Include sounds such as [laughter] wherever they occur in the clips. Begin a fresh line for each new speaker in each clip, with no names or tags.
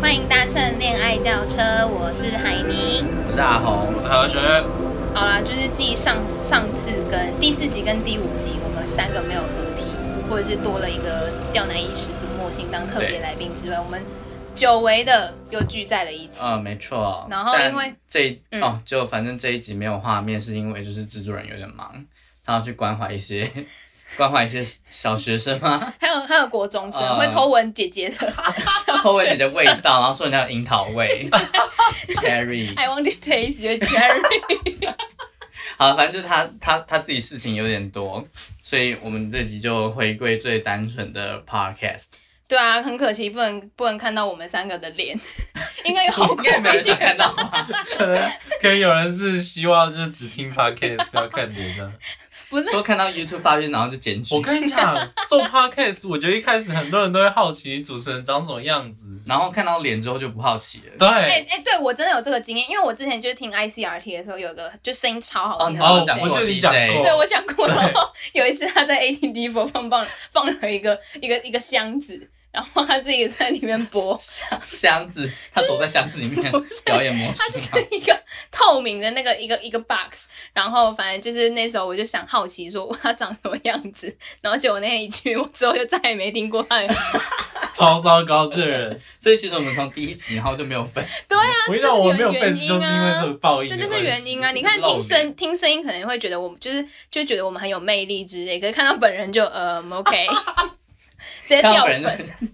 欢迎搭乘恋爱轿车，我是海尼。
我是阿红，
我是何学，
好啦，就是继上上次跟第四集跟第五集，我们三个没有合体，或者是多了一个吊男一始祖莫信当特别来宾之外，我们久违的又聚在了一起。
嗯，没错。
然后
但
因为
这一
嗯
哦，就反正这一集没有画面，是因为就是制作人有点忙，他要去关怀一些 [laughs] 关怀一些小学
[laughs]
生吗？
还有还有国中生、
嗯
会偷闻姐姐的小
偷闻
学
你的
生
味道，然后说人家有樱桃
[laughs]
味，cherry。
，I want to taste your
[laughs]
cherry。
好，反正就是他他他自己事情有点多，所以我们这集就回归最单纯的 podcast。
对啊，很可惜不能不能看到我们三个的脸， [laughs] 应该有好
应
苦
该也没有人
一
想
点。
看到吧？
可能可能有人是希望就是只
[laughs]
听 podcast 不要看脸的。
不是
说看到 YouTube 发现，然后就检举
我。跟你讲，做 podcast，我觉得一开始很多人都会好奇主持人长什么样子。
然后看到脸之后就不好奇了。
对，
哎哎、对我真的有这个经验，因为我之前就是听 ICRT 的时候，有一个就声音超好听的
哦
哦
你讲，
我
过
记得你讲过，
对我讲过，然后 [laughs] 有一次他在 ATD 播放放放了一个一个一个箱子，然后他自己在里面播， [laughs]
[laughs]
箱子，他躲在箱子里面表演魔术
它就
吗。
是一个透明的那个一个一个 box，然后反正就是那时候我就想好奇说哇它长什么样子，然后结果那天一去，我之后就再也没听过它的。
[laughs] 超糟糕
[laughs]
这人。
所以其实我们从第一集然后就没有分，
对啊，
我跟你
这
讲，我
是
没
有
有
原
face 就是因为
因
这个
啊。
报应
这
的
就
关系，
是原因啊！你
这
看
是漏
听声听声音可能会觉得我们就是就觉得我们很有魅力之类，可是看到本人就呃
[laughs]
OK，直接
看
掉
到本
粉。
人就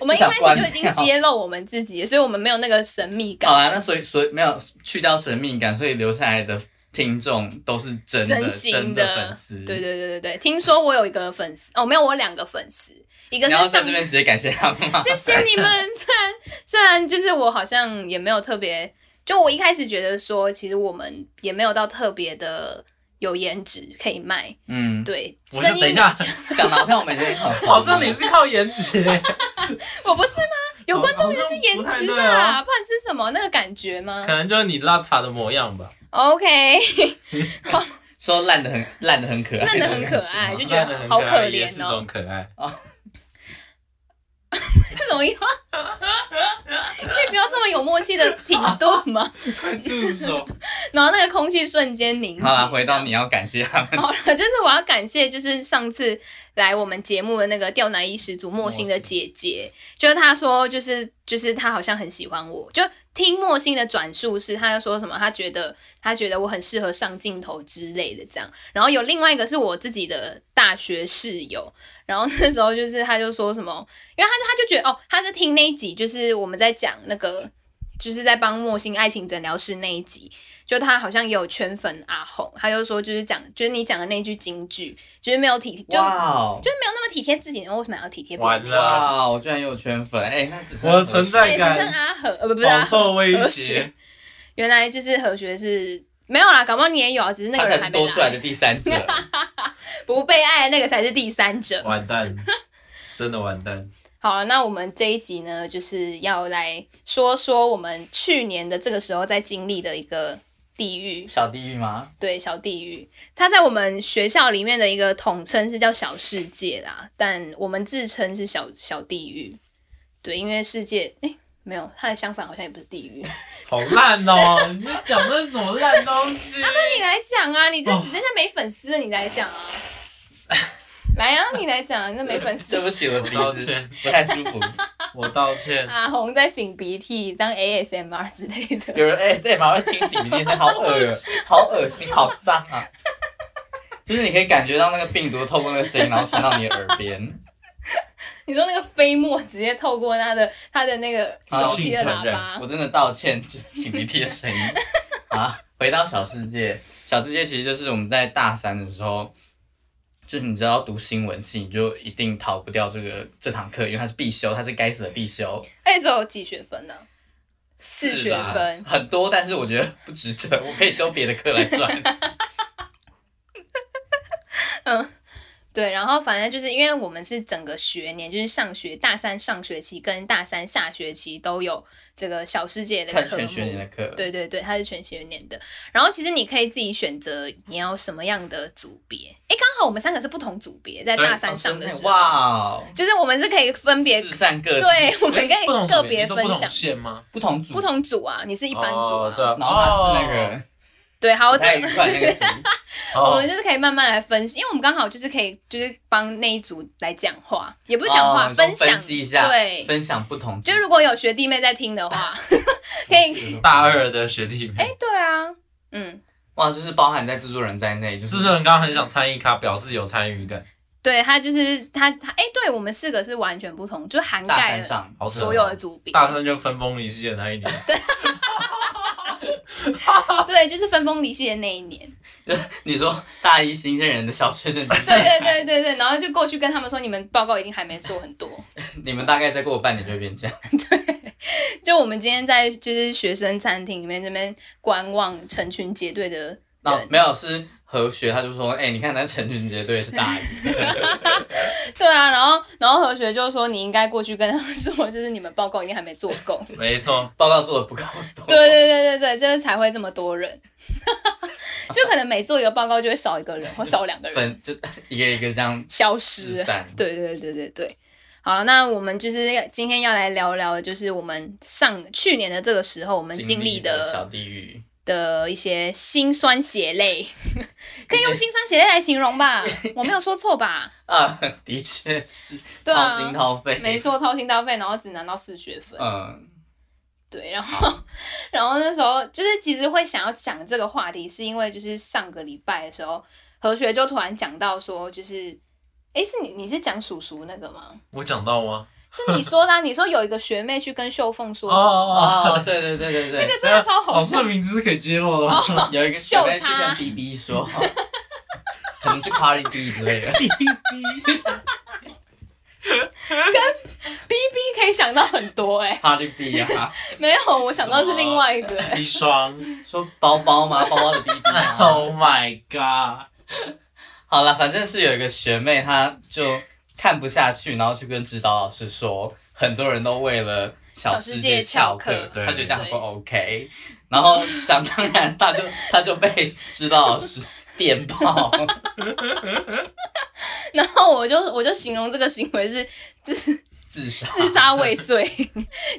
我们一开始就已经
不想关掉
揭露我们自己了，所以我们没有那个神秘感
好。
哦
啦。那所以所以没有去掉神秘感，所以留下来的听众都是真的
真
真
心的
的粉丝。
对对。对对对，听说我有一个粉丝哦，没有，我有两个粉丝，一个
你
是
要在
上
这边直接感谢他们吗？
谢谢你们。虽然虽然就是我好像也没有特别，就我一开始觉得说，其实我们也没有到特别的有颜值可以卖，
嗯，
对，
我就
声
等一
音 [laughs]
下，
讲的好像我们已经很红了
好像你是靠颜值欸，
我不是吗？有观众就是颜
好像
值
不太
吧，
对啊
不然是什么那个感觉吗
可能就是你拉碴的模样吧， [laughs]
？OK，
说烂的很烂的很可爱，
烂得很可爱就觉得
拉得很
好
可哦
可
爱也
怜
是
哦
种可
[laughs]
爱。
这种样？可以不要这么有默契的停顿
[laughs]
吗？
快住手！
然后那个空气瞬间凝结。
好啦，回到你要感谢他们。
好了，就是我要感谢，就是上次来我们节目的那个吊奶衣始祖莫欣的姐姐，就是她说，就是就是她好像很喜欢我，就听莫欣的转述是，她就说什么，她觉得她觉得我很适合上镜头之类的这样。然后有另外一个是我自己的大学室友，然后那时候就是她就说什么，因为她她就觉得哦，她是听那一集，就是我们在讲那个。就是在帮莫欣爱情诊疗室那一集，就他好像也有圈粉阿红，他就说就是讲，就是你讲的那句金句，就是没有体 [laughs] 就就没
哇哦，
有那么体贴自己，然后为什么要体贴别
完
人？
了，
哇，哦我居然有圈粉，哎，那只是
我的存
对，
在
只剩
感
阿和，呃，不不是阿
饱
和，
受威
和
胁
[laughs] 谐。原来就是和学是没有啦，搞不好你也有啊，只是那
他
个
才
人还
是
没
多出来
来，
的第
[laughs]
三者。
不被爱那个才是第三者。
完蛋，真的完蛋。
好了，那我们这一集呢，就是要来说说我们去年的这个时候在经历的一个地狱，
小地狱
[laughs]
吗？
对，小地狱，它在我们学校里面的一个统称是叫小世界啦，但我们自称是小小地狱。对，因为世界，哎、没有，它的相反好像也不是地狱。
好烂哦！你讲的是什么烂
[laughs]
东西？
你来讲啊，你这只剩下没粉丝了，你来讲啊。来啊，你来讲、啊，那没粉
对
丝。
不起，我的
道
鼻子
歉，
不太舒服。
我道歉。
阿红在擤鼻涕，当 ASMR 之类的。
有人 ASMR 会听醒鼻涕声，好恶，好恶心，好脏啊！就是你可以感觉到那个病毒透过那个声音，然后传到你的耳边。
你说那个飞沫直接透过他的他的那个手机的喇叭
我，真的道歉，就擤鼻涕的声音啊！回到小世界，小世界其实就是我们在大三的时候，就是你知道读新闻系，你就一定逃不掉这个这堂课，因为它是必修，它是该死的必修。
那时候有几学分呢、四学
啊
分。
很多，但是我觉得不值得，我可以修别的课来赚。
对，然后反正就是因为我们是整个学年，就是上学大三上学期跟大三下学期都有这个小世界的
看
科
全学年
目
的。课，
对对对，它是全学年的。然后其实你可以自己选择你要什么样的组别。诶，刚好我们三个是不同组别，在
对
大
哦
三
哦，
上
真
的
的
时候，
哇哦，
就是我们是可以分别
四散各自
对，我们可
哎不同
以
组
个
你
别
说
分
不同
享
线吗？
不同组
不，同组啊，你是一般组
哦对
啊，
啊，
然后他是那个
对，好，
不
哦我这
太愉快那
[laughs]
个组，
我
哦
们就是可以慢慢来分析，因为我们刚好就是可以就是帮那一组来讲话，也不是讲话，
哦
分享
分析一下，
对，
分享不同组，
就如果有学弟妹在听的话，可以，
大二的学弟妹
哎，，对啊，嗯，
哇，就是包含在制作人在内，就是
制作人刚刚很想参与咖，表示有参与感，
对他就是他他，哎，对我们四个是完全不同，就涵
大
盖
三
了
上，
好扯哦
所有的组别，
大三就分崩离析的那一年，
对，就是分崩离析的那一年，
你说大一新鲜人的小确认期，
对 [laughs] 对对对对，然后就过去跟他们说，你们报告一定还没做很多，
你们大概再过半年就会变这样，
就我们今天在就是学生餐厅里面这边观望成群结队的。 [laughs]
那没有是何学，他就说，哎，你看那陈俊杰队是大一，
对啊，然后然后何学就说你应该过去跟他们说，就是你们报告一定还没做够。
没错，
报告做的不够多，
对对对对对，就是才会这么多人， [laughs] 就可能每做一个报告就会少一个人或少两
[laughs]
个人
分就一个一个这样
消
失
失。
散，
对对对对对。好，那我们就是要今天要来聊聊的，就是我们上去年的这个时候，我们经历
的小
的
地狱，
的一些辛酸血泪，
[laughs]
可以用辛酸血泪来形容吧？我没有说错吧？
啊，的确是
[laughs] 对啊
[laughs] 掏心掏肺，
没，错，掏心掏肺，然后只拿到四学分。
嗯，
对，然后 [laughs] 然后那时候就是其实会想要讲这个话题，是因为就是上个礼拜的时候，何学就突然讲到说，就是诶，是你你是讲叔叔那个
[laughs]
吗？
我讲到吗？
是你说的啊、你说有一个学妹去跟秀凤说
哦
什么，
哦，对对对对对，
这个真的超好
老
笑
师的名字是可以揭露的吗，
哦
有一个
秀
小妹去
他
跟 B B 说，哦 [laughs] 可能是 Cardi B 之类的。
，B B 可以想到很多诶，
Cardi B 啊， [laughs]
没有，我想到是另外一个、诶
[laughs] 一双
说包包吗？包包的 B B
哦 [laughs]
啊。
，Oh my god，
好了，反正是有一个学妹，她就看不下去，然后去跟指导老师说，很多人都为了小世界翘课
小世界翘课，
她觉得这样不哦
对
OK，然后想当然，她就她就被指导老师 [laughs] 电爆，
[laughs] 然后我就我就形容这个行为是
自杀，
自杀未遂，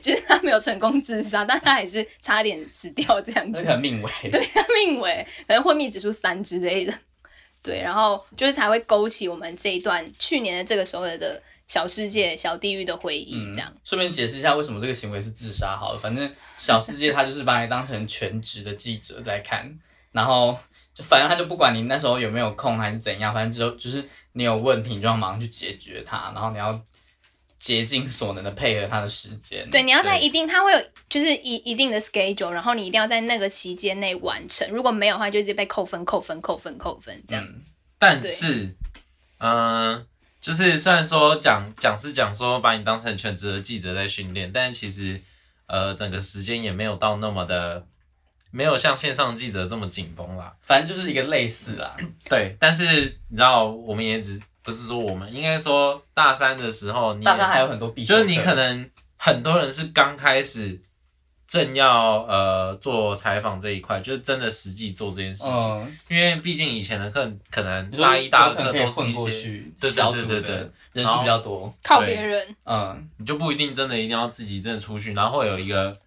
就是他没有成功自杀，但他还是差点死掉这样
[laughs] 那
子。
个命危。
对，他命为可能昏迷指数三之类的。对，然后就是才会勾起我们这一段去年的这个时候的小世界、小地狱的回忆，这样。
嗯顺便解释一下为什么这个行为是自杀好了，反正小世界他就是把你当成全职的记者在看，然后就反正他就不管你那时候有没有空还是怎样，反正只有就是你有问题你就要马上去解决它，然后你要竭尽所能的配合他的时间。
对，你要在一定，它会有就是一一定的 schedule，然后你一定要在那个期间内完成，如果没有的话，就直接被扣分、扣分、扣分、扣分这样。
嗯，
但是，嗯、就是虽然说讲讲是讲说把你当成全职的记者在训练，但其实呃整个时间也没有到那么的，没有像线上记者这么紧绷啦。
反正就是一个类似啦，
嗯
对，但是你知道，我们也只不是说我们，应该说大三的时候你也，
大三还有很多必修
就
课，
是你可能很多人是刚开始。正要呃做采访这一块，就是真的实际做这件事情，
嗯，
因为毕竟以前的课可能
你说
大一、大二
有可
课
能可以
都是
混
一
过
些，
去，
对对对
小组
对
的
对
人数比较多，
靠
对
别人，
嗯，
你就不一定真的一定要自己真的出去，然后会有一个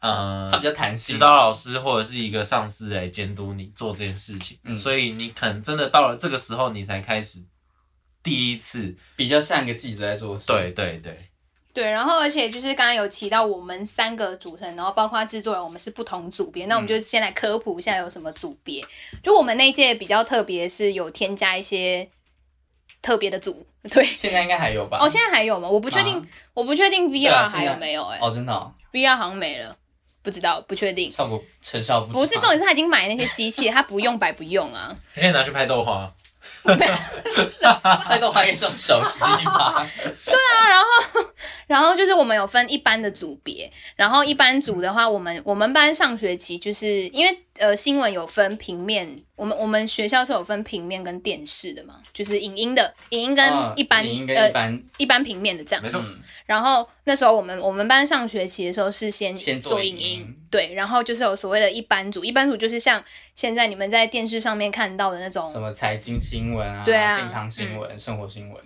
呃
他比较弹性，
指导老师或者是一个上司来监督你做这件事情，
嗯
所以你可能真的到了这个时候，你才开始第一次，
比较像一个记者在做事。
对对对，
对，然后而且就是刚刚有提到我们三个组成，然后包括制作人，我们是不同组别。那我们
嗯
就先来科普一下有什么组别。就我们那一届比较特别，是有添加一些特别的组。对，
现在应该还有吧？
哦，现在还有吗？我不确定，
啊
我不确定
对
VR
啊现
还
在
有没有、欸？哎、
哦，真的、哦，
v r 好像没了，不知道，不确定。
效果成效不
不是
差
重点是他已经买那些机器，他不用白不用啊。
你可以拿去拍豆花，
[laughs] 太多换一双手机
[laughs]
吧。
然后就是我们有分一般的组别，然后一般组的话，我们我们班上学期就是因为呃新闻有分平面，我们我们学校是有分平面跟电视的嘛，就是影音的，影音跟
啊
一般、
影音跟一
呃
般，
一般平面的这样
没。错，
嗯
然后那时候我们我们班上学期的时候是先
先做
做影
影音
音，对，然后就是有所谓的一班组，一班组就是像现在你们在电视上面看到的那种
什么财经新闻啊，
对啊
健康新闻、生活新闻，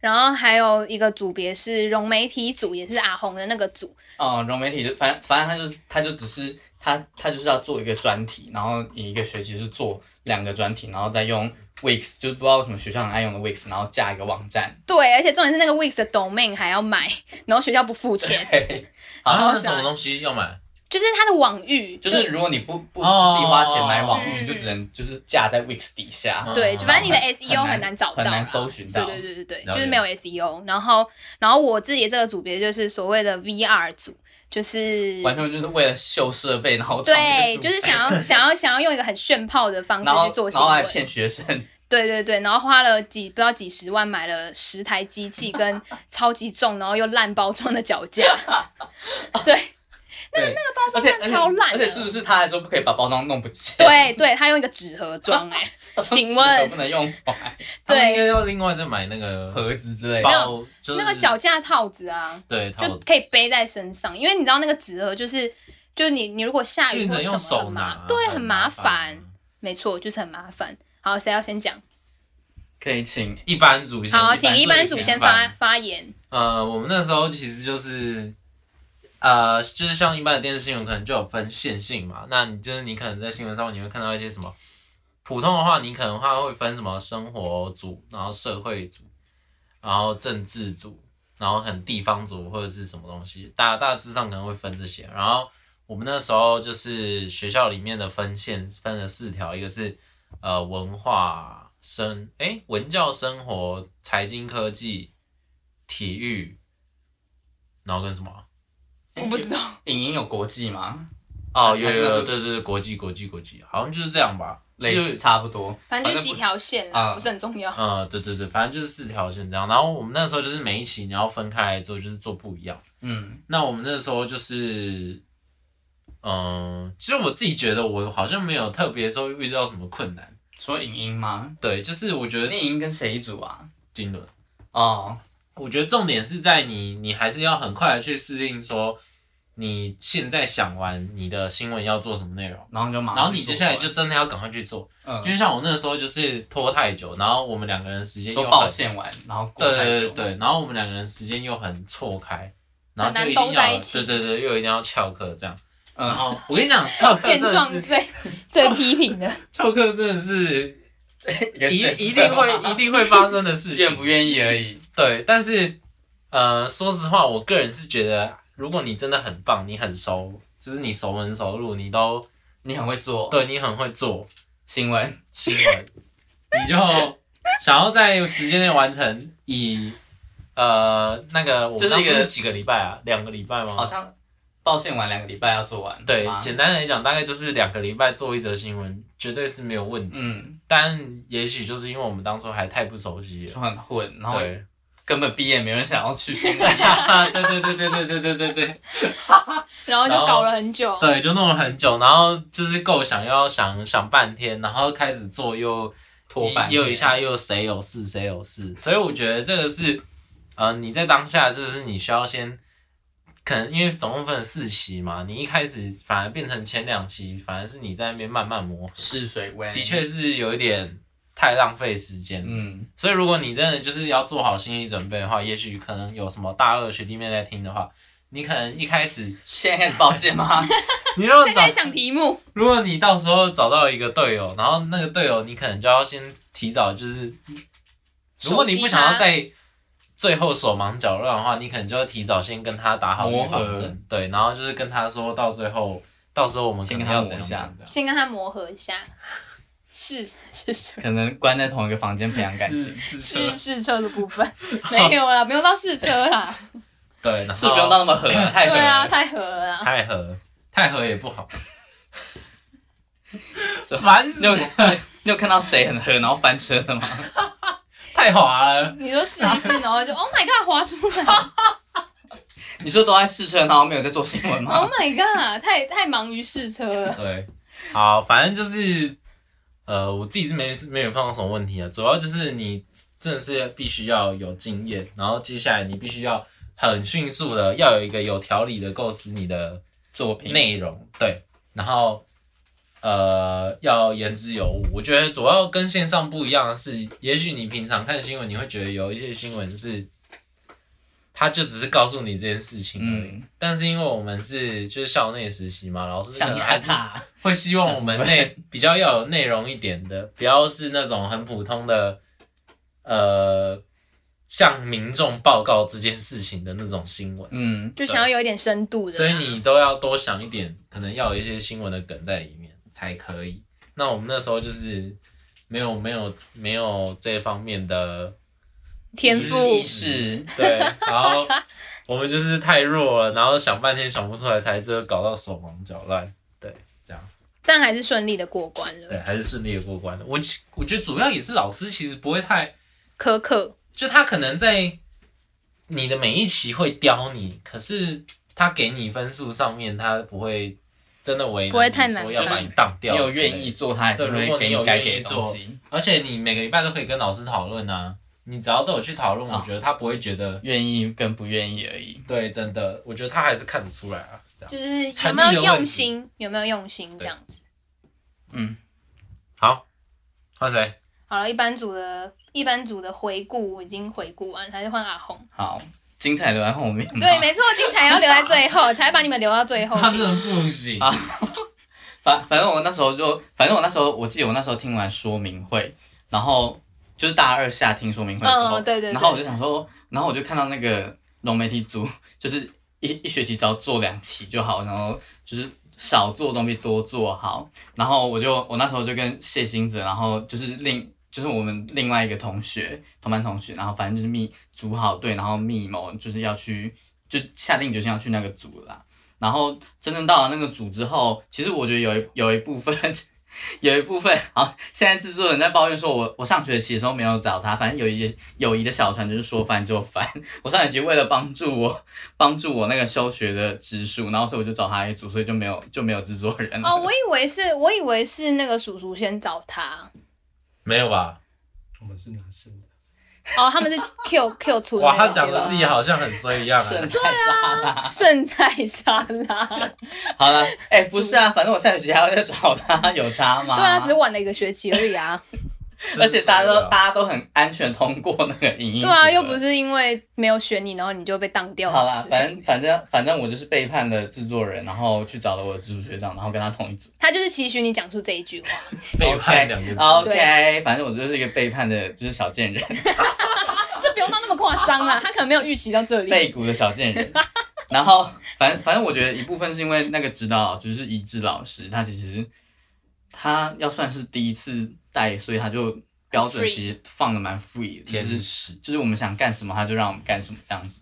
然后还有一个组别是融媒体组，也是阿红的那个组。
哦，融媒体就反正反正他就他就只是他他就是要做一个专题，然后你一个学期是做两个专题，然后再用 Wix，就是不知道为什么学校很爱用的 Wix，然后架一个网
[laughs]
站。
对，而且重点是那个 Wix 的 domain 还要买， [laughs] 然后学校不付钱，
对，
啊，
超
那
喜
什
欢
么东西要买？
就是它的网域
就是如果你不不
哦
自己花钱买网域，
嗯
你就只能就是架在 Wix 底下。
嗯
对，就反正你的
啊很难
SEO
很
很
难
难找到啦，
很难搜寻到
对对对对
了解
对，就是没有 SEO。然后，然后我自己这个组别就是所谓的 VR 组，就是
完全就是为了秀设备，然后创一
对，
个组
就是想
[laughs]
要想要想要用一个很炫炮的方式
然后
去做
然
新
后还
闻。
骗学生，
对对对，然后花了几不知道几十万买了十台机器
[laughs]
跟超级重，然后又烂包装的脚架，对
[laughs] 那那个包
装真的超烂的
而且是不是他还说不可以把包装弄不见？， [laughs]
对对，他用一个纸盒装哎、请问
不能用
他们应
对
该要另外再买那个
盒子之类的？
包，就是
那个脚架套子啊，
对套
就
子，
可以背在身上，因为你知道那个纸盒就是就是你你如果下
就
雨
你
或
只能
什
用
么
手
很麻
拿，
对，很
很
麻
烦
烦，。没错，就是很麻烦。好，谁要先讲？
可以请
一般组先
好，请一班组先发
一般
发言。
呃，我们那时候其实就是，呃，就是像一般的电视新闻，可能就有分线性嘛。那你就是你可能在新闻上面你会看到一些什么，普通的话你可能话会分什么生活组，然后社会组，然后政治组，然后很地方组或者是什么东西，大大致上可能会分这些。然后我们那时候就是学校里面的分线分了四条，一个是呃文化生，诶，文教生活、财经科技、体育，然后跟什么啊？
我不知道，
影音有国际吗？
哦，
还
有
是
有
那
有，
是
对对对，国际国际国际，好像就是这样吧。就
类似差不多，
反正就
反正
是
不
几条线
啊
啦，不是很重要。
嗯，对对对，反正就是四条线这样。然后我们那时候就是每一期你要分开来做，就是做不一样。
嗯，
那我们那时候就是，嗯，其实我自己觉得我好像没有特别说遇到什么困难。
说影音吗？
对，就是我觉得
你影音跟谁组啊？
金轮，
哦，
我觉得重点是在你，你还是要很快的去适应说你现在想完你的新闻要做什么内容，
然后你就马上，
然后你接下来就真的要赶快去做。
嗯
就像我那时候就是拖太久，然后我们两个人时间又
说抱
很
歉完，然后过
对
太久
对对，对，然后我们两个人时间又很错开，然后
很难
就一定
兜
要
在
对
一起
对对，又一定要翘课这样。
[laughs]
然
嗯，
后我跟你讲，翘课
健
真的
壮
是
最 [laughs] 最批评的，
翘课真的是
一个
一
选择
一定
[laughs]
会一定会发生的事情
愿。不愿意而已。
对，但是呃，说实话，我个人是觉得，如果你真的很棒，你很熟，就是你熟门熟路，你都
你很会做
对你很会做
新闻，
新闻，你就想要在时间内完成以。呃，那个我
就是
们当
一个
时是几个礼拜啊？两个礼拜吗？
好像抱歉完两个礼拜要做完，
对
吗，
简单来讲，大概就是两个礼拜做一则新闻，绝对是没有问题。
嗯，
但也许就是因为我们当初还太不熟悉了，
就很混，然后
对，
根本毕业没人想要去新闻。
[laughs] 对对对对对对对对对
然后就
然后
搞了很久。
对，就弄了很久，然后就是够想要想想半天，然后开始做又
拖板
又一下又谁有事谁有事，所以我觉得这个是，呃，你在当下就是你需要先，可能因为总共分了四期嘛，你一开始反而变成前两期，反而是你在那边慢慢磨合。
试水温，
的确，是有一点太浪费时间。
嗯，
所以如果你真的就是要做好心理准备的话，也许可能有什么大二学弟妹在听的话，你可能一
[laughs]
开始，
现在开始抱歉吗？
[laughs] 你如果
现
找
在，想题目，
如果你到时候找到一个队友，然后那个队友你可能就要先提早就是，如果你不想要在最后手忙脚乱的话，你可能就要提早先跟他打好
磨
预防
合
针，对，然后就是跟他说到最后，到时候我们可
先
能
跟他
要
磨
怎样
一
怎
下
样怎样。
先跟他磨合一下，试试车，
可能关在同一个房间培养感情，
是
是
是是
试试车的部
[laughs]
分没有啦，没有到试车啦，
对，然后
不是不用到那么狠，太
哦
对
狠
啊，
了。
太合了啦。
太和，太和也不好，烦
你有 [laughs] 你有看到谁很喝然后翻车的吗？
[laughs] 太滑了。
你说试一试，然后
[laughs]
就 Oh my God，滑出来
你说都在试车，然后没有在做新闻吗？
哦
，Oh my God，太太忙于试车了。
对，好，反正就是，呃，我自己是没没有碰到什么问题啊，主要就是你真的是必须要有经验，然后接下来你必须要很迅速的要有一个有条理的构思你的
作品
内容，对，然后呃要言之有物。我觉得主要跟线上不一样的是，也许你平常看新闻，你会觉得有一些新闻是，他就只是告诉你这件事情而已。
嗯
但是因为我们是就是校内实习嘛，老师可
象
能
牙
还是
塔，
会希望我们内比较要有内容一点的，不要是那种很普通的，呃，向民众报告这件事情的那种新闻。
嗯，
就想要有一点深度的
所
啦。
以你都要多想一点，可能要有一些新闻的梗在里面才可以。那我们那时候就是没有没有没有这方面的
天
知
赋
意
识
识，
[laughs]
对，然后我们就是太弱了，然后想半天想不出来，才这搞到手忙脚乱。对，这样
但还是顺利的过关
对
了。
还是顺利的过关了。我我觉得主要也是老师其实不会太，
苛刻，
就他可能在你的每一期会刁你，可是他给你分数上面他不会。真的为难你
不会太难
说要把
看
你当
你
掉之类的，
有愿意做，他还是
对如
会
果
给
你有
该
愿意
给的东
做
西。
而且你每个礼拜都可以跟老师讨论啊，你只要都有去讨论，
啊
我觉得他不会觉得
愿意跟不愿意而已。
对，真的，我觉得他还是看得出来啊。这样
就是有
诚
没
意
有用
的问题
心，有没有用心这样子。
嗯，
好，换谁？
好了，一班组的一班组的回顾我已经回顾完，还是换阿红。
好，精彩留在后
嗯
面。
对，，没错，精彩要留在最后，才把你们留到最
[laughs]
后。
他这人不行
啊反反正我那时候就，反正我那时候我记得我那时候听完说明会，然后就是大二下听说明会的时候，
嗯，对对
然后我
对，
就想说，然后我就看到那个融媒体组， [laughs] 就是一一学期只要做两期就好，然后就是少做总比多做好。然后我就我那时候就跟谢星子，然后就是另就是我们另外一个同学同班同学，然后反正就是密组好队，然后密谋就是要去就下定决心要去那个组了啦。然后真正到了那个组之后，其实我觉得有一有一部分 [laughs] 有一部分好，现在制作人在抱怨说我，我上学期的时候没有找他，反正友谊友谊的小船就是说翻就翻。我上学期为了帮助我帮助我那个休学的支数，然后所以我就找他一组，所以就没有就没有制作人了。
哦，我以为是，我以为是那个叔叔先找他。
没有吧？
我们是男生的，
哦，他们是 Q Q 出
哇，
那
他
个
讲
对
的
吧
自己好像很衰一样啊。
顺菜沙拉。
剩菜沙
[laughs]
拉。
好了，哎、不是啊，反正我下学期还要再找他， [laughs] 有差吗？
对啊，只是晚了一个学期而已
[laughs]
啊。
[laughs] 而且大家都
真是啊
大家都很安全通过那个影音组
对
了。
啊，又不是因为没有选你，然后你就被当掉
嗯好啦
了，。
反正反正反正我就是背叛了制作人，然后去找了我的制作学长，然后跟他同一组。
他就是期许你讲出这一句
[laughs]
话。
背叛两个字
OK，,
对
反正我就是一个背叛的，就是小贱人， [laughs]
是不用到那么夸张
啊
[laughs] 啦，他可能没有预期到这里。
背骨的小贱人。然后，反正反正我觉得一部分是因为那个指导老师是一志老师，他其实他要算是第一次带，所以他就标准
free
其实放的蛮 free 的，就
天
是
使。
就是我们想干什么他就让我们干什么这样子。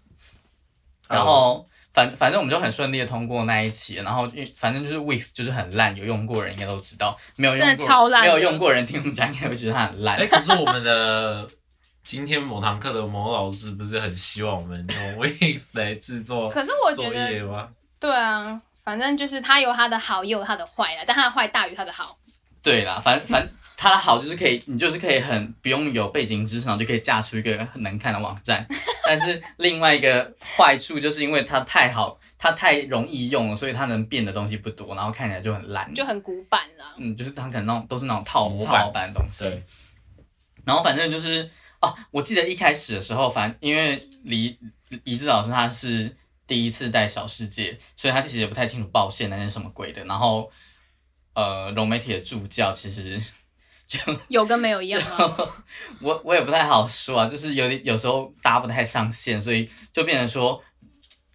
然后反反正我们就很顺利的通过那一期，然后因为反正就是 Wix 就是很烂，有用过的人应该都知道，没有用过
真的超烂
没
的
有用过的人听我们讲应该会觉得它很烂
哎、。可是我们的今天某堂课的某老师不是很希望我们用 [laughs] Wix 来制作
可是我觉
作
得，
业吗？
对啊，反正就是他有他的好，也有他的坏啦，但他的坏大于他的好。
对啦，反正反正它的好就是可以，你就是可以很不用有背景知识，然后就可以架出一个很难看的网站。 [laughs] 但是另外一个坏处就是因为它太好，它太容易用了，所以它能变的东西不多，然后看起来就很烂。
就很古板啦。
嗯，就是它可能那种都是那种套
模板
套版的东西。
对，
然后反正就是哦，我记得一开始的时候，反因为李李志老师他是第一次带小世界，所以他其实也不太清楚报线那是什么鬼的。然后呃，融媒体的助教其实
有跟没有一样啊
[laughs]
吗？
我我也不太好说啊，就是有点有时候搭不太上线，所以就变成说。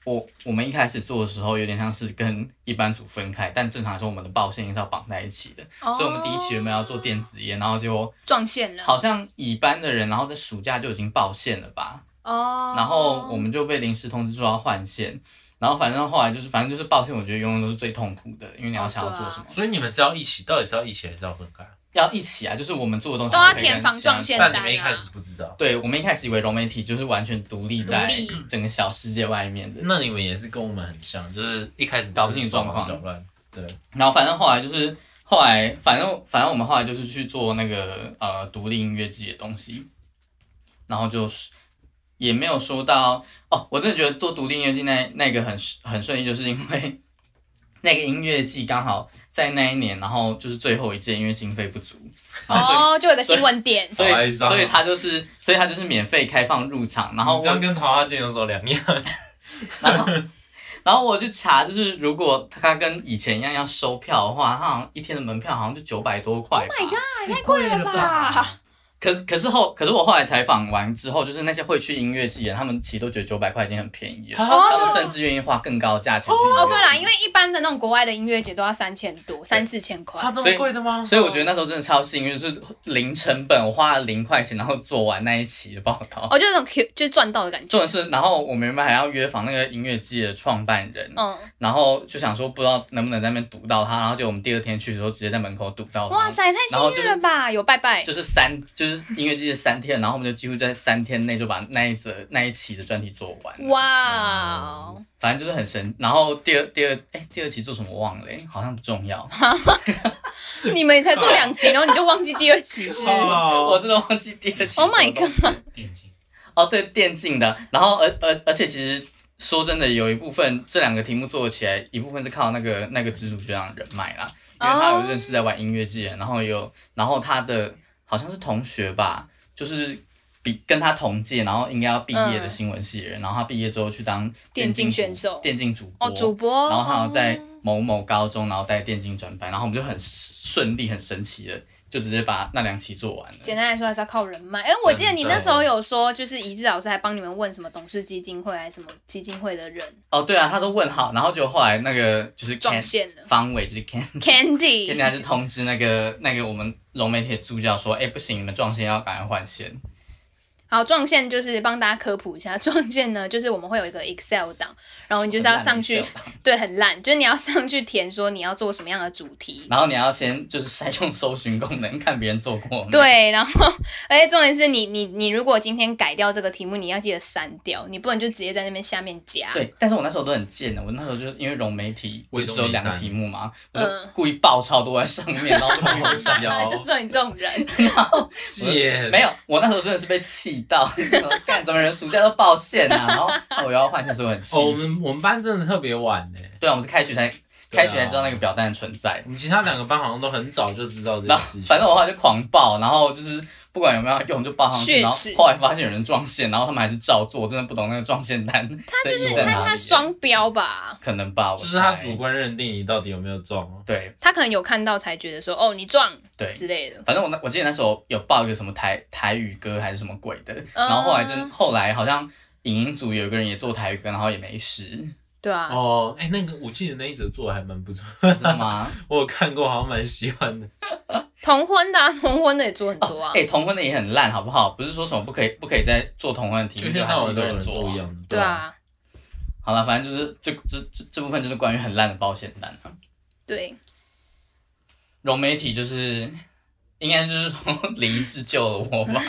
我我们一开始做的时候，有点像是跟一般组分开，但正常来说，我们的报线应该是要绑在一起的。所以，我们第一期原本要做电子烟，然后结果
哦撞线了。
好像乙班的人，然后在暑假就已经报线了吧？
哦，
然后我们就被临时通知说要换线，然后反正后来就是反正就是报线，我觉得永远都是最痛苦的，因为你要想要
哦啊
做什么，
所以你们是要一起，到底是要一起还是要分开？
要一起啊，就是我们做的东西
都要
可以跟
填防
其他
撞线单啊
人
但你们一开始不知道，
对，我们一开始以为融媒体就是完全独立在
独立
整个小世界外面的，
那你们也是跟我们很像，就是一开始
搞不清
手忙
状况
脚乱。对，
然后反正后来就是后来反正反正我们后来就是去做那个呃独立音乐季的东西，然后就是也没有说到哦，我真的觉得做独立音乐季那那个很很顺利，就是因为 [laughs] 那个音乐季刚好在那一年，然后就是最后一届，因为经费不足，然后所以
哦，就有个新闻点，
所
好哀
以
伤哦
所以他就是，所以他就是免费开放入场，然后
你这
哦
样
我
跟桃花剑有什么两样？
然后然后我去查，就是如果他跟以前一样要收票的话，他好像一天的门票好像就九百多块吧。
哎太贵了
[laughs] 啊
吧？
可是可是后可是我后来采访完之后，就是那些会去音乐季的，他们其实都觉得九百块已经很便宜了，
哦
他
真
们
的
甚至愿意花更高的价钱去音乐季。
哦，对啦，因为一般的那种国外的音乐节都要三千多、三四千块
它。这么贵的吗？
所以我觉得那时候真的超幸运，就是零成本，我花了零块钱，然后做完那一期的报道。
哦，就那种 Q 就是赚到的感觉。
[laughs] 重点是，然后我们原本还要约访那个音乐季的创办人，
嗯，
然后就想说不知道能不能在那边堵到他，然后就我们第二天去的时候直接在门口堵到他。
哇！塞，太
然后
幸
就是
运了吧？有拜拜
就，是三，就是音乐季的三天，然后我们就几乎在三天内就把那一则那一期的专题做完。哇！
哇哦！
反正就是很神。然后第二第二哎、第二期做什么我忘了、哎好像不重要。
你们才做两期，然后你就忘记第二期
[laughs]
是？
我
哦，
真的忘记第二期。
Oh my
电竞，
哦，对，电竞的。然后而而而且其实说真的，有一部分这两个题目做起来，一部分是靠那个那个直属学长人脉啦，
哦
因为他有认识在玩音乐界，然后有然后他的好像是同学吧，就是。比跟他同届，然后应该要毕业的
嗯
新闻系的人，然后他毕业之后去当
电竞
主
选手
电竞主播，
哦，主播，
然后他好像
哦
在某某高中，然后带电竞转班，然后我们就很顺利、很神奇的，就直接把那两期做完了。
简单来说还是要靠人脉。哎、我记得你那时候有说，就是一致老师还帮你们问什么董事基金会还是什么基金会的人
哦，对啊，他都问好，然后就后来那个就是
撞
Ken-
线
[laughs]
了
方伟就是 Ken，Ken
，Candy。
他就通知那个那个我们融媒体的助教说，哎，不行，你们撞线要赶快换线。
好，撞线就是帮大家科普一下，撞线呢就是我们会有一个 Excel 档，然哦后你就是要上去，对，很烂，就是你要上去填说你要做什么样的主题。
然后你要先就是筛用搜寻功能，看别人做过
嗯
没。
对，啊然后，而且重点是你你你如果今天改掉这个题目，你要记得删掉，你不能就直接在那边下面加。 [laughs]
对，但是我那时候都很贱的，我那时候就是因为融媒体不是只有两个题目嘛，我
嗯
就故意爆超多在上面，然后就没有上。
要
就只有你这种
[laughs]
人，
姐，
没有，我那时候真的是被气到， [laughs] 看怎么人暑假都报线
[laughs]
啊，然后啊我要换线，所以我很气。
哦，我们我们班真的特别晚呢。
对啊，我们是开学才开学才知道那个表单的存在。
我们其他两个班好像都很早就知道这
然
件
后
嗯
事情。
反正我后来就狂报，然后就是不管有没有用就报上去，
血
然后
池
后来发现有人撞线，然后他们还是照做，真的不懂那个撞线单的意义
他
在哪
就
里。
是他他双标吧，
可能吧，我
就是他
猜
主观认定你到底有没有中哦。
对
他可能有看到才觉得说，哦，你撞
对。
之类的。
反正我那我记得那时候有报一个什么台台语歌还是什么鬼
嗯
的，然后后来真后来好像影音组有一个人也做台语歌，然后也没事，
对啊，
哦，哎、那个我记得那一则做的 [laughs] 还蛮不错，
知道吗？
我有看过，好像蛮喜欢的。
同婚的、啊、 [laughs] 同婚的也做很多
哦
啊。
哎、同婚的也很烂，好不好？不是说什么不可以不可以再做同婚的题
就
目，
现
还
在
是
我
一个
都有
人
人
做
做
啊
一样的，
对，啊，
好了，反正就是这这这这部分就是关于很烂的保险单啊。
对，
融媒体就是应该就是说林是救了我
[laughs]
吧，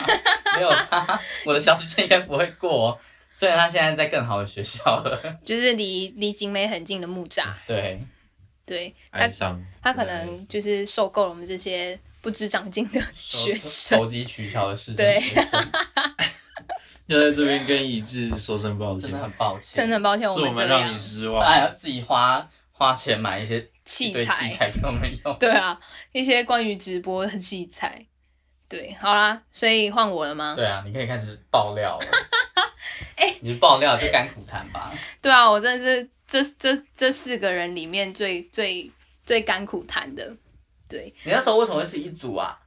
没有他，我的小时证应该不会过。哦虽然他现在在更好的学校了， [laughs]
就是离离景美很近的木栅，
对，
对
哀
他
伤。
他可能就是受够了我们这些不知长进的学生。
投机取巧的事
对
情，学生
要在这边跟一致说声抱
真
歉
的，很抱歉，
[laughs] 真的很抱歉，
是
们这
们
样
让你失
大家
望。
要自己花花钱买一些一
器
堆器
材。
材给我们
[laughs]
用。
对啊，一些关于直播的器材。对，好啦，所以换我了吗？
[laughs] 对啊，你可以开始爆料
[laughs]
了。哎，你爆料就甘苦谈吧。
对啊，我真的是这这这四个人里面最最最甘苦谈的。对，
你那时候为什么会自己一组啊？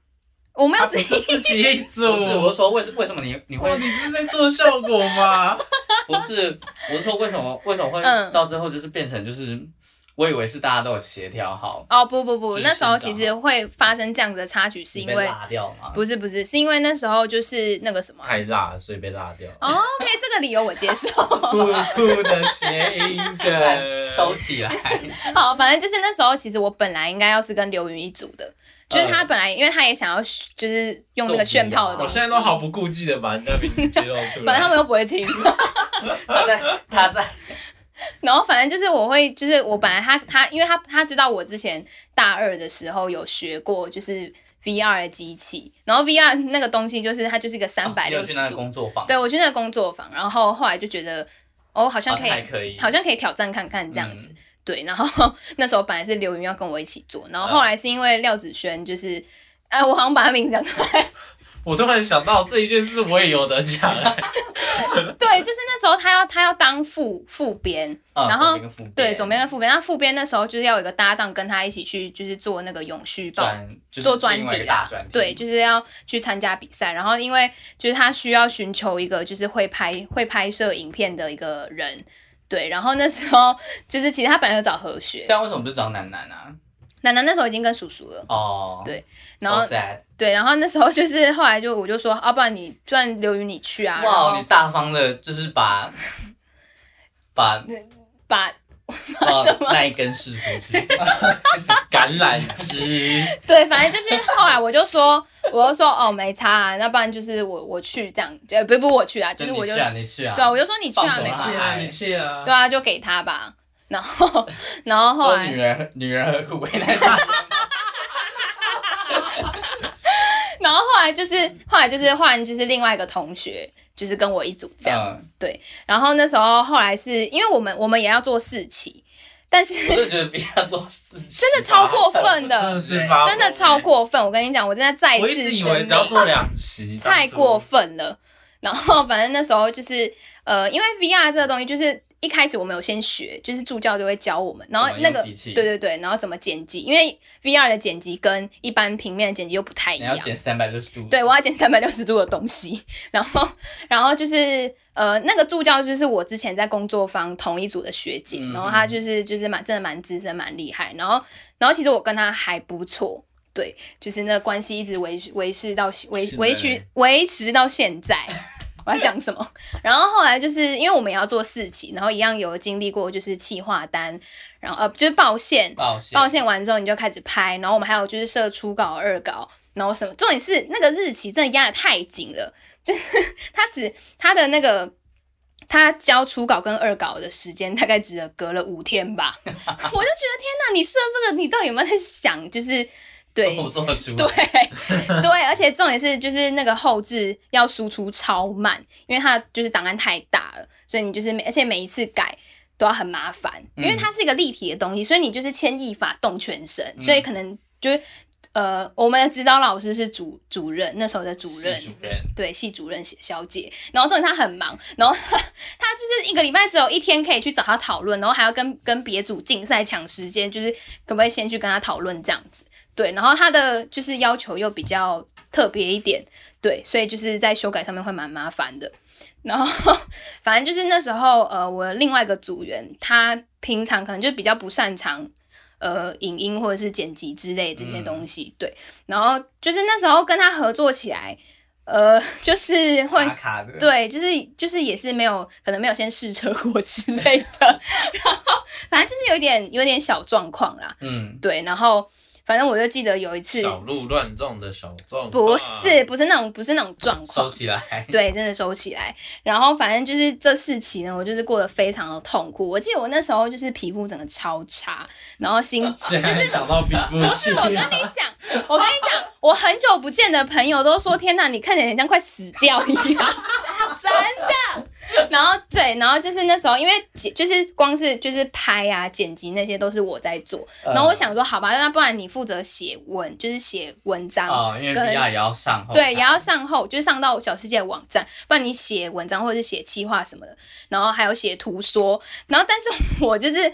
我没有
他
自
不
己 [laughs]
是自己一组，
不是，我是说为什为什么你你会
哇，你是在做效果吗？
不是？我是说为什么为什么会
嗯
到最后就是变成就是，我以为是大家都有协调好，
哦，不不不，
就是
那时候
寻
其
找
实会发生这样子的插曲，是
你
因
被
为
拉掉嘛？
不是不是，是因为那时候就是那个什么啊、
太辣了，所以被辣掉。
[laughs] 哦、，OK，这个理由我接受。 [laughs]
酷酷的谐音梗，
收
[laughs]
起来，
好，反正就是那时候，其实我本来应该要是跟刘云一组的，就是
呃
他本来，因为他也想要就是用那个炫炮的
啊我
东西，
现在都毫不顾忌的把人家名字揭露出来。
反正他们又不会听。
他在他在
然后反正就是我会，就是我本来他他，因为他他知道我之前大二的时候有学过，就是 VR 的机器，然后 VR 那个东西就是它就是一个三百
哦你有
六
去
十
那个
度，
工作坊，
对我去那个工作坊，然后后来就觉得哦，好像
好
可
像
以，
还可以，嗯
好像可以挑战看看这样子。对，然后那时候本来是刘云要跟我一起做，然后
啊
后来是因为廖子轩就是，哎、我好像把他名字讲出来，
我突然想到这一件事，我也有得讲、 [laughs]
对，就是那时候他要他要当副副编，
嗯，
然后
总编跟副编
对，总编跟副编，那副编那时候就是要有一个搭档跟他一起去，就是做那个永续报
专就是
做专
另外一
题
个
啦
大专，题，
对，就是要去参加比赛。然后因为就是他需要寻求一个就是会拍会拍摄影片的一个人，对。然后那时候就是其实他本来有找何雪
这，样为什么不是找楠楠啊？
楠楠那时候已经跟叔叔了，
哦，
对然后
so sad
对。然后那时候就是后来就我就说，啊，不然你不然刘宇你去啊，然
哇，你
后
大方的，就是
[laughs]
把把
把
把那一根试出
[laughs]
去，
橄榄枝，
对，反正就是后来我就说，我就说哦没差、啊，那不然就是我我去这样，呃不不我去啊，就是我
你
就
去啊，你去啊，
对啊，我就说你去啊
放手
没
啦
差
去
啊、
啊
你去啊！
对啊，就给他吧。然后，然后后
说
来
女，人女人何苦为
[laughs]
难她？
然后后来就是，后来就是换，就是另外一个同学，就是跟我一组这样。
嗯
然后那时候后来是因为我们我们也要做四期，但是
我
真
就觉得不要做事情，
的超过分哎
[laughs] 真的
的，
是发疯
啊真的超过分。我跟你讲，我真的再
我一
次
直以为
声
只要
明，
做两期，
[laughs] 太过分了。然后反正那时候就是，呃，因为 VR 这个东西就是。一开始我们有先学，就是助教就会教我们，然后
怎么
那
用
个
机器
对对对，然后怎么剪辑，因为 VR 的剪辑跟一般平面的剪辑又不太一
你
样
要，减三百六十度，
对，我要剪三百六十度的东西， [laughs] 然后，然后就是呃，那个助教就是我之前在工作坊同一组的学姐，
嗯
然后她就是就是蛮真的蛮资深蛮厉害，然后然后其实我跟她还不错，对，就是那个关系一直维维持到维
现
维
在
持
嘞
维持到现在。我要讲什么？然后后来就是因为我们也要做四期，然后一样有经历过就是企划单，然后呃就是报线，
抱歉
报线完之后你就开始拍，然后我们还有就是设初稿、二稿，然后什么，重点是那个日期真的压的太紧了， [laughs] 就是他只他的那个他交初稿跟二稿的时间大概只有隔了五天吧， [laughs] 我就觉得天哪，你设这个你到底有没有在想，就是对
做。不做得出 [laughs]
对
来，
对， [laughs] 而且重点是，就是那个后置要输出超慢，因为它就是档案太大了，所以你就是每而且每一次改都要很麻烦，因
嗯
为它是一个立体的东西，所以你就是牵一发动全身，所
嗯
以可能就是呃，我们的指导老师是主主任，那时候的主任，
系主任，
对，系主任小小姐，然后重点她很忙，然后她她就是一个礼拜只有一天可以去找她讨论，然后还要跟跟别组竞赛抢时间，就是可不可以先去跟她讨论这样子，对，然后她的就是要求又比较特别一点，对，所以就是在修改上面会蛮麻烦的。然后反正就是那时候，呃，我另外一个组员他平常可能就比较不擅长。呃，影音或者是剪辑之类这些东西，对。然后就是那时候跟他合作起来，呃， [laughs] 就是 [laughs] 会
卡卡的，，
对，就是就是也是没有，可能没有先试车过之类的，然后反正就是有点有点小状况啦，
嗯，
对，然后反正我就记得有一次，
小鹿乱撞的小啊撞，
不是不是那种不是那种状
收
况，
起来，
对，真的收起来。然后反正就是这四期呢，我就是过得非常的痛苦。我记得我那时候就是皮肤整个超差，然后心
现在讲到皮肤，
不是，我跟你讲，我跟你讲，我很久不见的朋友都说，天哪，你看起来很像快死掉一样， [laughs] 真的。然后对，然后就是那时候，因为剪就是光是就是拍啊、剪辑那些都是我在做， [laughs]
嗯
然后我想说，好吧，那不然你负责写文，就是写文章。
哦，因为
跟
VR 也要上后台，
对，也要上后，就是上到小世界网站，不然你写文章或者是写企划什么的，然后还有写图说，然后但是我就是。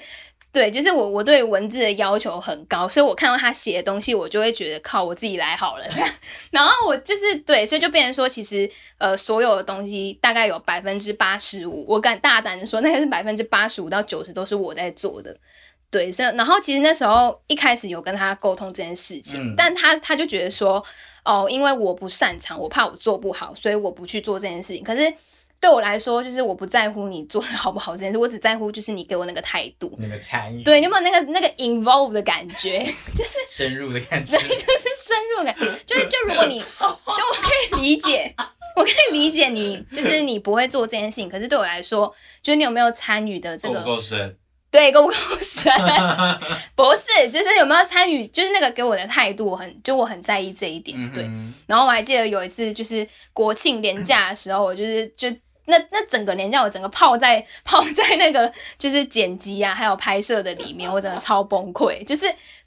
对，就是我我对文字的要求很高，所以我看到他写的东西，我就会觉得靠，我自己来好了这样。 [laughs] 然后我就是对，所以就变成说，其实呃，所有的东西大概有百分之八十五，我敢大胆的说，那个是百分之八十五到九十都是我在做的。对，所以然后其实那时候一开始有跟他沟通这件事情，
嗯
但他他就觉得说，哦，因为我不擅长，我怕我做不好，所以我不去做这件事情。可是对我来说，就是我不在乎你做的好不好这件事，我只在乎就是你给我那个态度。
你们参与，
对，你有没有那个那个 involve 的感
[laughs]
觉？
深入的感觉，
[laughs]
就是深入感，就是就如果你就我可以理解，我可以理解你，就是你不会做这件事情，可是对我来说，就是你有没有参与的这
够不
个，
够深？
对，够不够深？ [laughs] 不是，就是有没有参与，就是那个给我的态度，我很就我很在意这一点，
嗯
对。
哼，
然后我还记得有一次，就是国庆连假的时候，我就是就那那整个连假，我整个泡在泡在那个就是剪辑啊，还有拍摄的里面，我真的超崩溃。就是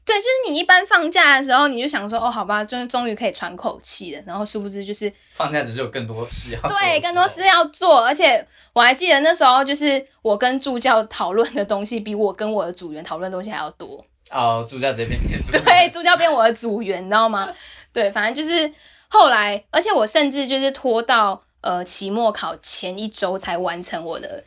对，就是你一般放假的时候，你就想说哦，好吧，终终于可以喘口气了。然后殊不知就是
放假只是有更多事啊要做的时候
对，更多事要做，而且我还记得那时候就是我跟助教讨论的东西，比我跟我的组员讨论的东西还要多。
哦，助教这边也做
[laughs] 对，助教变我的组员，你知道吗？对，反正就是后来，而且我甚至就是拖到呃期末考前一周才完成我的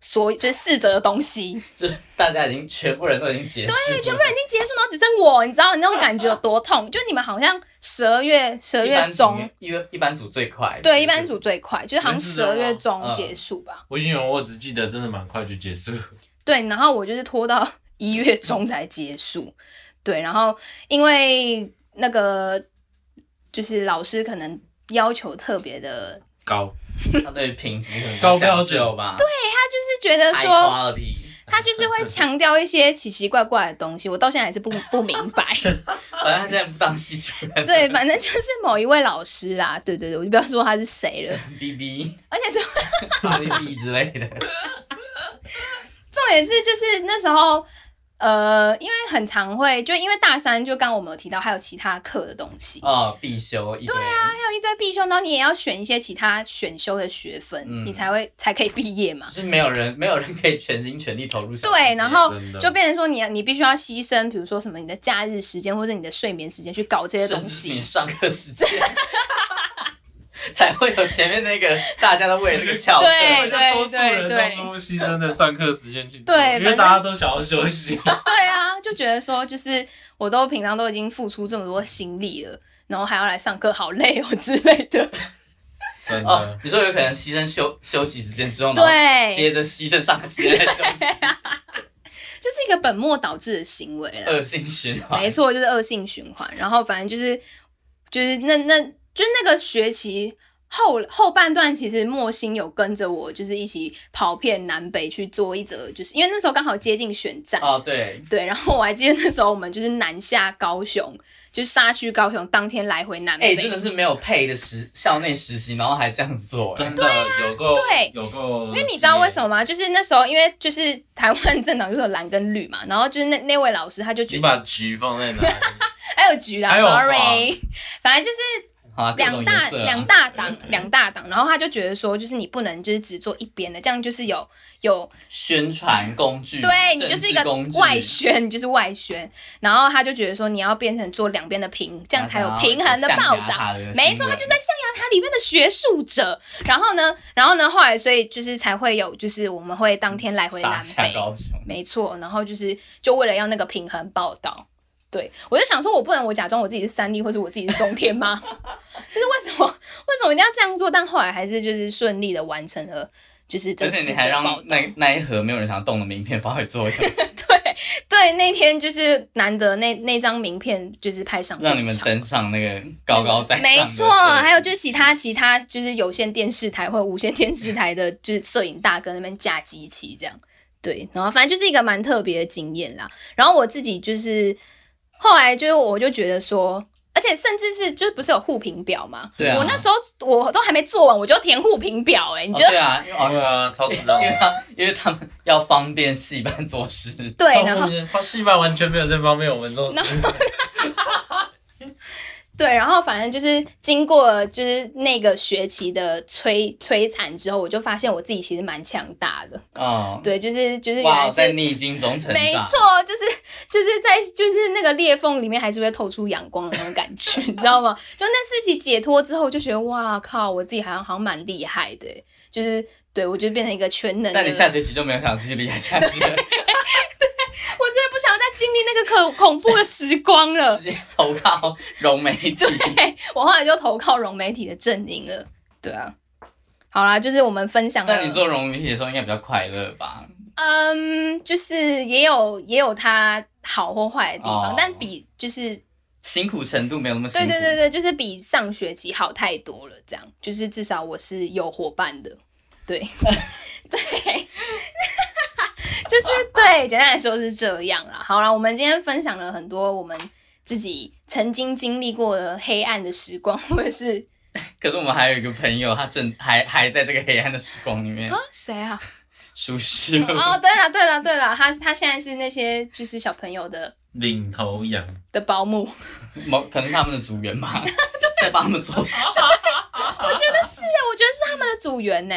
所就是四则的东西，已
[laughs] 就是大家已经全部人都已经结束，对，全部人
经结束，然后只剩我，你知道你那种感觉有多痛？就你们好像十二月十二
一
月
班组
中
面，，一一班组最快，
对，一般组最快，就是好像
人是
十
这样
二
吗
月中
嗯
结束吧。
我已经有，我只记得真的蛮快就结束。
对，然后我就是拖到 [laughs] 一月中才结束。对，然后因为那个就是老师可能要求特别的
高，
他对品质很
高标
讲
准
究吧，对，
是觉得啊说
说 quality，
他就是会强调一些奇奇怪怪的东西，我到现在还是不不明白。
反正他现在不当系主任，
对，反正就是某一位老师啦，对对对，我就不要说他是谁了。
，B B
而且重
B B 之类的，
重点是就是那时候，呃，因为很常会就因为大三就刚刚我们有提到，还有其他课的东西，
哦，必修一堆，对啊，
还有一堆必修，然后你也要选一些其他选修的学分，
嗯
你才会才可以毕业嘛
就。是没有人没有人可以全心全力投入小世界，
对，哎然后
真的
就变成说你你必须要牺牲，比如说什么你的假日时间或者你的睡眠时间去搞这些
甚
东
至
西
是。你上课时间。才会有前面那个大家都为了这个翘课，
对对
多数人
对
都说牺牲了上课时间去做，
对
因为大家都想要休息。
对啊，就觉得说，就是我都平常都已经付出这么多心力了，然后还要来上课，好累哦之类
[laughs]
的。
[laughs] 真
哦
的，，
你说有可能牺牲休休息时间之后，然后接
对，
着牺牲上课时间来休息，
[laughs] 就是一个本末倒置的行为了。
恶性循环。
没错，就是恶性循环。然后反正就是就是那那就是那个学期后后半段，其实莫心有跟着我，就是一起跑遍南北去做一则，就是因为那时候刚好接近选战。
哦，对，
对，然后我还记得那时候我们就是南下高雄，就是杀去高雄，当天来回南
哎、
北，
真的是没有配的实校内实习，然后还这样子做、哎
真的有够，
啊对
有够。因
因为你知道为什
么？
么吗？就是那时候，因为就是台湾政党就是有蓝跟绿嘛，然后就是那那位老师他就觉
你
得
把橘放在哪
[laughs]
里？
还有橘啦
还有
，sorry，反正就是
好哎啊，各
两
种颜
大
色啊
两大党两大党，然后他就觉得说，就是你不能就是只做一边的，这样就是有有
宣传工具，
对你
政
就是一
治
个
工具
外宣，你就是外宣，然后他就觉得说你要变成做两边的平，这样才有平衡的报道。没错，他就在象牙塔里面的学术者。然后呢，然后呢，后来所以就是才会有，就是我们会当天来回南北，
高雄，
没错，然后就是就为了要那个平衡报道，对我就想说，我不能我假装我自己是三立，或是我自己是中天吗？ [laughs] 就是为什么为什么一定要这样做？但后来还是就是顺利的完成了，就是这
而且
四
你还
则报
让
道。
那那一盒没有人想动的名片发挥作用，
对对，那天就是难得那那张名片就是派上
让
用 [laughs]
你们
场
登上那个高高在上的哦
没错，
摄影
还有就是其他其他就是有线电视台或者无线电视台的，就是摄影大哥那边架机器这样。对，然后反正就是一个蛮特别的经验啦。然后我自己就是后来就是我就觉得说，而且甚至是就是不是有互评表嘛？
对啊
我那时候我都还没做完，我就填互评表、欸，哎，你
哦
觉得、
对啊，因为哦
对啊，超紧张
因。为他因为他们要方便戏班做事，
对
超
然后
放戏班完全没有这方面我们这种事。
对，然后反正就是经过了就是那个学期的摧摧残之后，我就发现我自己其实蛮强大的。
哦，
对，就是就是原
哇，
来是
在逆境中成长，
没错，就是就是在就是那个裂缝里面还是会透出阳光的那种感觉， [laughs] 你知道吗？就那事情解脱之后，就觉得哇靠，我自己好像好像蛮厉害的欸，就是对我就变成一个全能的。
但你下学期就没有想继续厉害
[laughs]
下去了，
我真的不想要再经历那个恐恐怖的时光了
[laughs] 直。接投靠融媒体。
对我后来就投靠融媒体的阵营了。对啊，好啦，就是我们分享了。
但你做融媒体的时候应该比较快乐吧？
嗯，就是也有也有它好或坏的地方，
哦
但比就是
辛苦程度没有那么辛
对
苦。
对对对，就是比上学期好太多了。这样，就是至少我是有伙伴的， [laughs] 对对，就是对，简单来说是这样啦。好啦，我们今天分享了很多我们自己曾经经历过的黑暗的时光，或者是
可是我们还有一个朋友，他正还还在这个黑暗的时光里面
啊谁啊？
舒适了。
[laughs] 哦，对了对了对了，他他现在是那些就是小朋友的
领头羊，
的保 [laughs] 姆，
某可能是他们的组
[laughs]
员吧，在帮他们做事。
哦我觉得是啊，我觉得是他们的组员呢。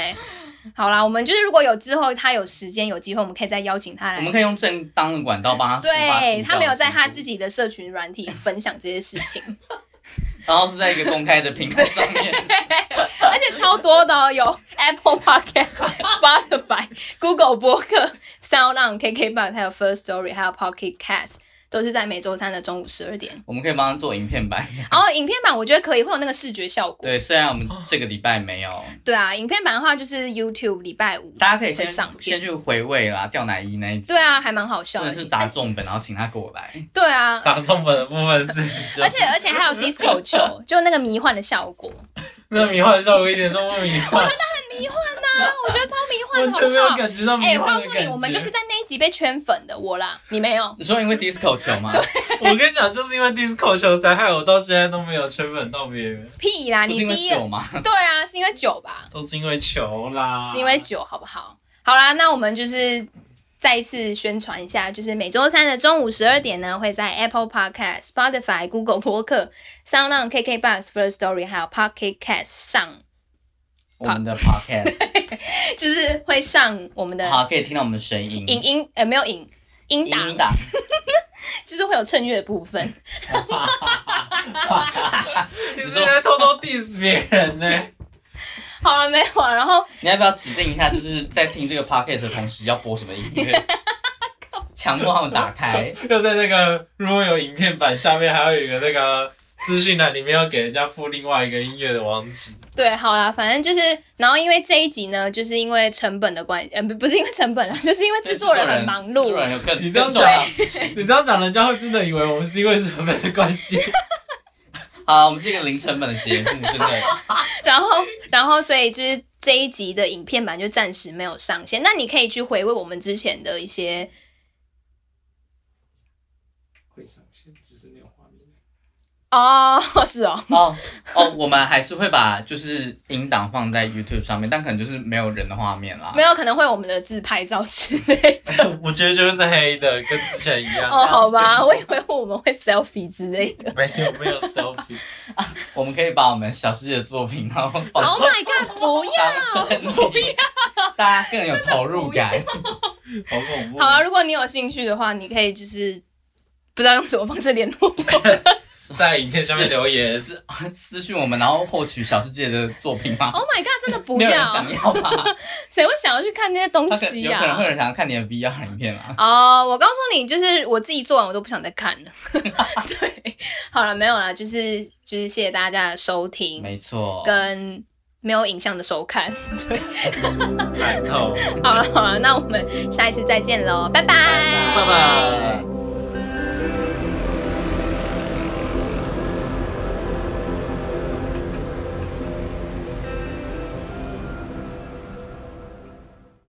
好啦，我们就是如果有之后他有时间有机会，我们可以再邀请他
我
来
们可以用正当的管道帮他抒发
对
情
他没有
绪啊
在他自，己的社群软体分享这些事情， [laughs]
然后是在一个公开的平台上面，
而且超多的、哦，有 Apple Podcast、Spotify、Google 播客、Sound On、KKBox，还有 First Story，还有 Pocket Cast，都是在每周三的中午十二点。
我们可以帮他做影片版。
然后影片版我觉得可以会有那个视觉效果。
对，虽然我们这个礼拜没有，
对啊，影片版的话就是 YouTube 礼拜五。
大家可以先
会上片
先去回味啦，掉奶衣那一集，
对啊，还蛮好笑
真
的
的。是砸重本，然后请他过来。
对啊，
砸中本的部分是， [laughs]
而且而且还有 disco 球，就那个迷幻的效果。
那迷幻效果一点都不迷幻，
啊，我觉得超迷幻
完
的，好
全没有
不好？
感觉到
哎、
迷
我
幻
告
的
诉
感
你，
觉。
我们就是在那一集被圈粉的，我
[laughs]
啦，你没有。
你说因为 disco 球吗？
[laughs] 我跟你讲，就是因为 disco 球才害我到现在都没有圈粉到别人，
屁啦，
不
你
是因为
第一
酒吗？
对啊，是因为酒吧，
都是因为球啦，
啊
是因为酒，好不好？好啦，那我们就是再一次宣传一下，就是每周三的中午十二点呢，会在 Apple Podcast、Spotify、Google 播客、Sound On、KKBox、First Story 还有 Pocket Cast 上，
我们的 podcast
就是会上我们的
好，可以听到我们的声音，
影音呃没有影音档，
音档。
就是会有衬乐的部分。
你是在偷偷 diss 别人呢、 [laughs]
好了没有啊？然后
你要不要指定一下，就是在听这个 podcast 的同时要播什么音
[laughs]
乐？强迫他们打开，
又在那个如果有影片版下面还有一个那个资讯栏里面要给人家附另外一个音乐的
[laughs]
网址，
对，好啦，反正就是，然后因为这一集呢，就是因为成本的关系，呃，不 [laughs] 不是因为成本啦，就是因为制作人很忙
制作
碌。
人有更
你这样
更重要
讲
的事情。
你这样讲，人家会真的以为我们是因为什么的关系。
好，我们是一个零成本的节目，真的。
然后，然后，所以就是这一集的影片版就暂时没有上线。那你可以去回味我们之前的一些，
会上线，只是没有画面。
哦，是哦，
哦哦，我们还是会把就是音档放在 YouTube 上面，但可能就是没有人的画面啦
没。有可能会有我们的自拍照之类
[laughs]
的。
我觉得就是黑的，跟之前一样。
哦，好吧，我以为我们会 selfie 之类的。
没有没有 selfie，
我们可以把我们小师姐的作品， [laughs] 然后
哦
放
Oh my god！不要。
当成不要，大家更有投入感。
好恐怖。
好啊，如果你有兴趣的话，你可以就是不知道用什么方式
[laughs]
联络我。，Oh
在影片下面留言，
私私讯我们，然后获取小师姐的作品吗？
Oh my god！真的不
没有人
要。
想哦要吧？
谁会想要去看那些东
他可
西
有
呀、
可能会有人想要看你的 VR 影片啊。
哦我告诉你，就是我自己做完我都不想再看
[laughs]
了。对，好了，没有啦，就是就是谢谢大家的收听
没错，
跟没有影像的收看。对，
烂透。
好了好了，那我们下一次再见喽，拜拜
拜拜。